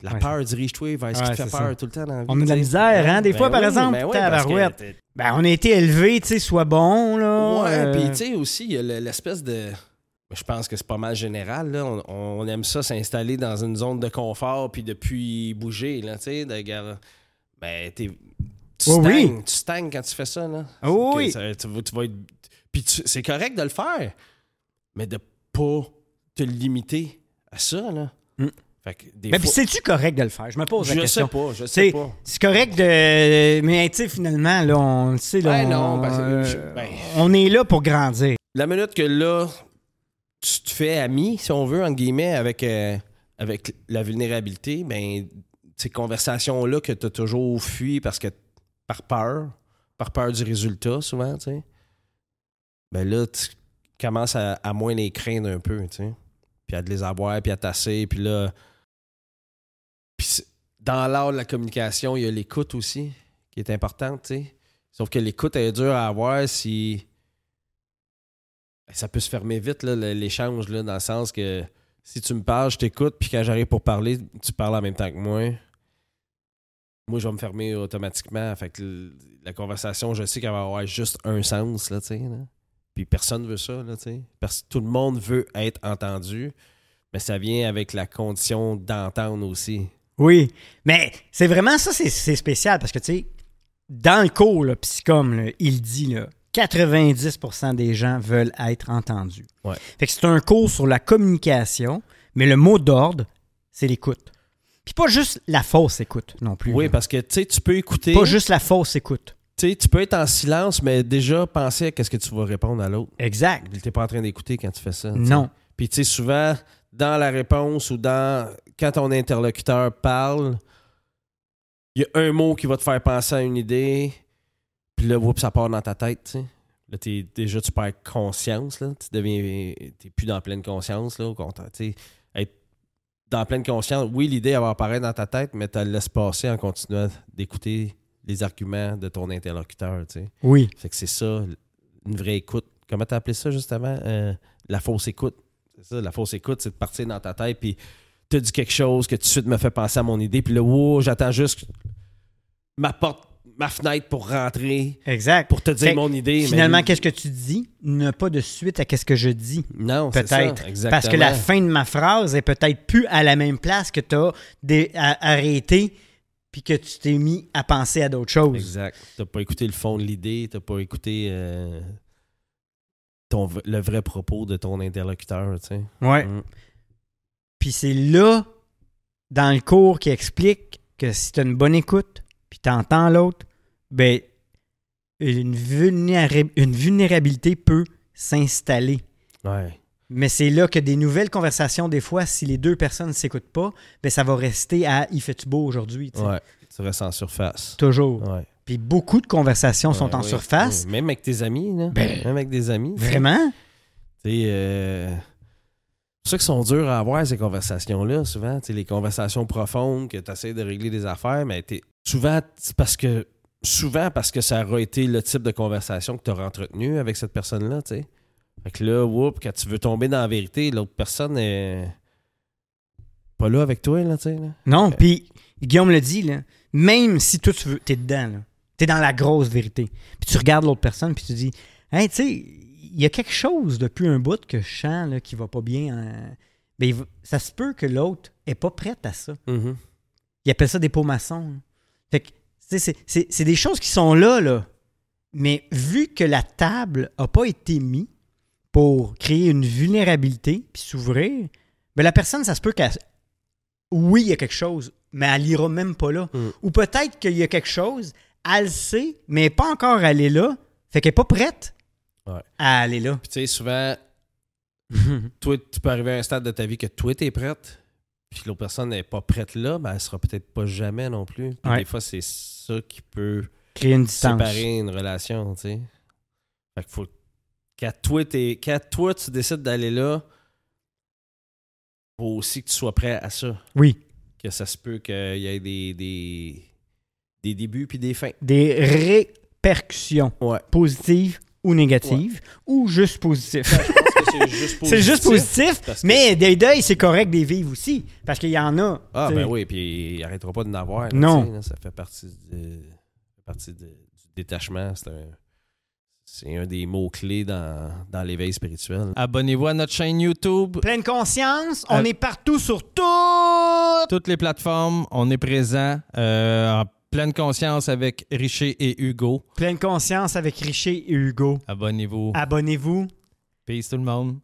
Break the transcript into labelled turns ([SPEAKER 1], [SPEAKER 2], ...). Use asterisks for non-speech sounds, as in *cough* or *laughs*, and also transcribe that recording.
[SPEAKER 1] La
[SPEAKER 2] Ouais,
[SPEAKER 1] peur, dirige-toi vers ce qui
[SPEAKER 2] Ouais,
[SPEAKER 1] te fait
[SPEAKER 2] c'est
[SPEAKER 1] peur
[SPEAKER 2] ça.
[SPEAKER 1] tout le temps dans la vie.
[SPEAKER 2] On a de la
[SPEAKER 1] tu sais.
[SPEAKER 2] misère, hein, des
[SPEAKER 1] Ben
[SPEAKER 2] fois, par
[SPEAKER 1] oui,
[SPEAKER 2] exemple.
[SPEAKER 1] ben oui, parce que
[SPEAKER 2] tabarouette.
[SPEAKER 1] t'es-
[SPEAKER 2] Ben, on a été élevés, tu sais, sois bon, là.
[SPEAKER 1] Ouais,
[SPEAKER 2] euh,
[SPEAKER 1] puis tu sais aussi, il y a le- l'espèce de. ben, Je pense que c'est pas mal général. Là. On, on aime ça s'installer dans une zone de confort puis depuis bouger. Là, tu sais, de, gar- ben, t'es- tu,
[SPEAKER 2] Oh oui.
[SPEAKER 1] stagnes, tu stagnes quand tu fais ça. Là.
[SPEAKER 2] Oh
[SPEAKER 1] Que
[SPEAKER 2] oui.
[SPEAKER 1] ça- tu, vas- tu vas être- puis tu- c'est correct de le faire, mais de pas te limiter à ça. Là.
[SPEAKER 2] Mm.
[SPEAKER 1] Fait que des
[SPEAKER 2] Ben, puis
[SPEAKER 1] fois,
[SPEAKER 2] c'est-tu correct de le faire? Je me pose la
[SPEAKER 1] je sais
[SPEAKER 2] question.
[SPEAKER 1] pas, je sais
[SPEAKER 2] C'est
[SPEAKER 1] pas.
[SPEAKER 2] c'est correct de. Mais, tu sais, finalement, là, on le sait, là.
[SPEAKER 1] Ben
[SPEAKER 2] on,
[SPEAKER 1] non, parce que-
[SPEAKER 2] euh,
[SPEAKER 1] je- ben-
[SPEAKER 2] on est là pour grandir.
[SPEAKER 1] la minute que là, tu te fais ami, si on veut, entre guillemets, avec, euh, avec la vulnérabilité, ben, ces conversations-là que tu as toujours fui parce que par peur, par peur du résultat, souvent, tu sais, ben là, tu commences à, à moins les craindre un peu, tu sais, puis à de les avoir, puis à tasser, puis là. Puis c'est- dans l'art de la communication, il y a l'écoute aussi, qui est importante, tu sais. Sauf que l'écoute, elle est dure à avoir si Ben, ça peut se fermer vite, là, le- l'échange, là, dans le sens que si tu me parles, je t'écoute, puis quand j'arrive pour parler, tu parles en même temps que moi. Moi, je vais me fermer automatiquement. Fait que l- la conversation, je sais qu'elle va avoir juste un sens, là, tu sais. là. Puis personne veut ça, là, tu sais. Parce que tout le monde veut être entendu, mais ça vient avec la condition d'entendre aussi.
[SPEAKER 2] Oui, mais c'est vraiment ça, c'est- c'est spécial parce que, tu sais, dans le cours, là, Psycom, là, il dit là, 90% des gens veulent être entendus.
[SPEAKER 1] Ouais.
[SPEAKER 2] Fait que c'est un cours sur la communication, mais le mot d'ordre, c'est l'écoute. Puis pas juste la fausse écoute non plus.
[SPEAKER 1] Oui,
[SPEAKER 2] là.
[SPEAKER 1] parce que, tu sais, tu peux écouter.
[SPEAKER 2] Pas juste la fausse écoute.
[SPEAKER 1] Tu sais, tu peux être en silence, mais déjà penser à qu'est-ce que tu vas répondre à l'autre.
[SPEAKER 2] Exact.
[SPEAKER 1] T'es pas en train d'écouter quand tu fais ça. tu sais.
[SPEAKER 2] Non.
[SPEAKER 1] Puis tu sais, souvent, dans la réponse ou dans quand ton interlocuteur parle, il y a un mot qui va te faire penser à une idée, puis là, whoop, ça part dans ta tête, tu sais. Là, t'es, déjà, tu perds conscience, là. Tu deviens... T'es plus dans pleine conscience, là, au contraire, tu sais. Être dans pleine conscience, oui, l'idée, elle va apparaître dans ta tête, mais tu la laisses passer en continuant d'écouter les arguments de ton interlocuteur, tu sais.
[SPEAKER 2] Oui.
[SPEAKER 1] Fait que c'est ça, une vraie écoute. Comment t'as appelé ça juste avant? Euh, la fausse écoute. C'est ça, la fausse écoute, c'est de partir dans ta tête, puis t'as dit quelque chose que tout de suite me fait penser à mon idée, puis là, wow, j'attends juste ma porte, ma fenêtre pour rentrer,
[SPEAKER 2] Exact.
[SPEAKER 1] pour te dire
[SPEAKER 2] Fait que
[SPEAKER 1] mon idée. mais-
[SPEAKER 2] Finalement, qu'est-ce que tu dis n'a pas de suite à qu'est-ce que je dis.
[SPEAKER 1] Non, c'est ça,
[SPEAKER 2] Peut-être.
[SPEAKER 1] exactement.
[SPEAKER 2] Parce que la fin de ma phrase est peut-être plus à la même place que tu as arrêté puis que tu t'es mis à penser à d'autres choses.
[SPEAKER 1] Exact. T'as pas écouté le fond de l'idée, t'as pas écouté euh, ton, v- le vrai propos de ton interlocuteur, tu sais.
[SPEAKER 2] Ouais.
[SPEAKER 1] Mm.
[SPEAKER 2] Puis c'est là, dans le cours, qui explique que si tu as une bonne écoute puis tu entends l'autre, ben, une, vulnéra- une vulnérabilité peut s'installer.
[SPEAKER 1] Ouais.
[SPEAKER 2] Mais c'est là que des nouvelles conversations, des fois, si les deux personnes ne s'écoutent pas, ben, ça va rester à Il fait-tu beau aujourd'hui? tu sais.
[SPEAKER 1] Ouais. Tu restes en surface.
[SPEAKER 2] Toujours.
[SPEAKER 1] Ouais.
[SPEAKER 2] Puis beaucoup de conversations sont
[SPEAKER 1] Ouais,
[SPEAKER 2] en
[SPEAKER 1] Ben oui,
[SPEAKER 2] surface.
[SPEAKER 1] oui. Même avec tes amis, là.
[SPEAKER 2] Ben,
[SPEAKER 1] Même avec des amis.
[SPEAKER 2] Vraiment?
[SPEAKER 1] Tu sais, euh, C'est ça qui sont durs à avoir, ces conversations-là, souvent. Tu sais, les conversations profondes que tu essaies de régler des affaires, mais t'es- souvent, c'est parce que. Souvent parce que ça aura été le type de conversation que tu auras entretenu avec cette personne-là, tu sais. Fait que là, whoop, quand tu veux tomber dans la vérité, l'autre personne est pas là avec toi, là, tu sais. là.
[SPEAKER 2] Non, puis Guillaume le dit, là, même si toi, tu veux, t'es dedans, là, t'es dans la grosse vérité, puis tu regardes l'autre personne, puis tu dis, hey, tu sais, il y a quelque chose depuis un bout que je sens là, qui va pas bien. hein. Ben, il va- ça se peut que l'autre est pas prête à ça. Il appelle ça des pots maçons. là. Fait que, tu sais, c'est- c'est c'est des choses qui sont là, là. Mais vu que la table n'a pas été mise pour créer une vulnérabilité puis s'ouvrir, ben la personne, ça se peut qu'elle. Oui, il y a quelque chose, mais elle n'ira même pas là.
[SPEAKER 1] Mm.
[SPEAKER 2] Ou peut-être qu'il y a quelque chose, elle le sait, mais elle n'est pas encore allée là. Fait qu'elle n'est pas prête
[SPEAKER 1] Ouais.
[SPEAKER 2] à
[SPEAKER 1] *laughs*
[SPEAKER 2] aller là.
[SPEAKER 1] Puis tu sais, souvent, toi, tu peux arriver à un stade de ta vie que toi, t'es prête, puis l'autre personne n'est pas prête là, mais elle sera peut-être pas jamais non plus. Puis
[SPEAKER 2] Ouais.
[SPEAKER 1] Des fois, c'est ça qui peut
[SPEAKER 2] Créer une distance.
[SPEAKER 1] séparer une relation, tu sais. Fait qu'il faut... Quand toi, t'es- quand toi, tu décides d'aller là, faut aussi que tu sois prêt à ça.
[SPEAKER 2] Oui.
[SPEAKER 1] Que ça se peut qu'il y ait des, des, des débuts puis des fins.
[SPEAKER 2] Des répercussions
[SPEAKER 1] Ouais.
[SPEAKER 2] positives ou négatives, ou juste positives.
[SPEAKER 1] *laughs* Je pense que c'est juste positif.
[SPEAKER 2] C'est juste positif,
[SPEAKER 1] parce que-
[SPEAKER 2] mais des deuils, c'est correct des vivres aussi, parce qu'il y en a.
[SPEAKER 1] Ah,
[SPEAKER 2] tu sais.
[SPEAKER 1] ben oui, puis il arrêtera pas de n'avoir. là,
[SPEAKER 2] Non.
[SPEAKER 1] tu sais, là, ça fait partie, de- partie de- du détachement. C'est un, c'est un des mots-clés dans, dans l'éveil spirituel.
[SPEAKER 3] Abonnez-vous à notre chaîne YouTube,
[SPEAKER 2] Pleine conscience, on
[SPEAKER 3] Euh,
[SPEAKER 2] est partout sur tout.
[SPEAKER 3] toutes les plateformes. On est présent euh, en pleine conscience avec Richer et Hugo.
[SPEAKER 2] Pleine conscience avec Richer et Hugo.
[SPEAKER 1] Oh.
[SPEAKER 2] Ah.
[SPEAKER 3] Abonnez-vous.
[SPEAKER 2] Abonnez-vous.
[SPEAKER 3] Peace tout le monde.